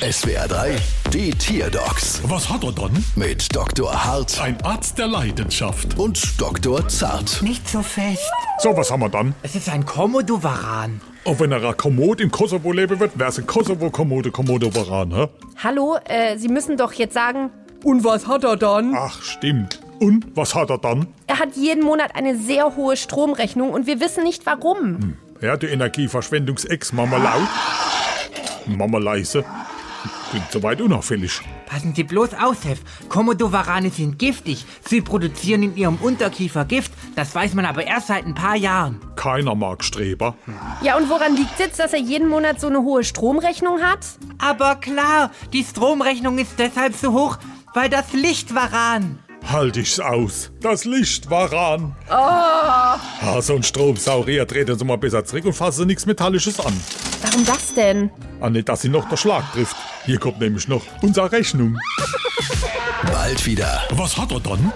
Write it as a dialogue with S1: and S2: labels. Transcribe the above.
S1: SWR 3, die Tierdocs
S2: Was hat er dann?
S1: mit Dr. Hart
S2: Ein Arzt der Leidenschaft.
S1: und Dr. Zart.
S3: Nicht so fest.
S2: So, was haben wir dann?
S3: Es ist ein Komodowaran.
S2: Auch wenn er Kommod im Kosovo leben wird, wär's ein Kosovo-Kommode, Kommodowaran, hä?
S4: Hallo, äh, Sie müssen doch jetzt sagen,
S3: Und was hat er dann?
S2: Ach, stimmt. Und was hat er dann?
S4: er hat jeden Monat eine sehr hohe Stromrechnung und wir wissen nicht warum.
S2: Ja, die Energieverschwendungsex, Mama laut. Mama leise. Klingt soweit unauffällig.
S3: Passen Sie bloß auf, Chef. Komodowarane sind giftig. Sie produzieren in ihrem Unterkiefer Gift. Das weiß man aber erst seit ein paar Jahren.
S2: Keiner mag Streber.
S4: Ja, und woran liegt jetzt, dass er jeden Monat so eine hohe Stromrechnung hat?
S3: Aber klar, die Stromrechnung ist deshalb so hoch, weil das Licht waran.
S2: Halt ich's aus. Das Licht war an. Ah, so ein Stromsaurier dreht uns mal besser zurück und fasse nichts Metallisches an.
S4: Warum das denn?
S2: Ah, nicht, dass sie noch der Schlag trifft. Hier kommt nämlich noch unsere Rechnung.
S1: Bald wieder.
S2: Was hat er dann?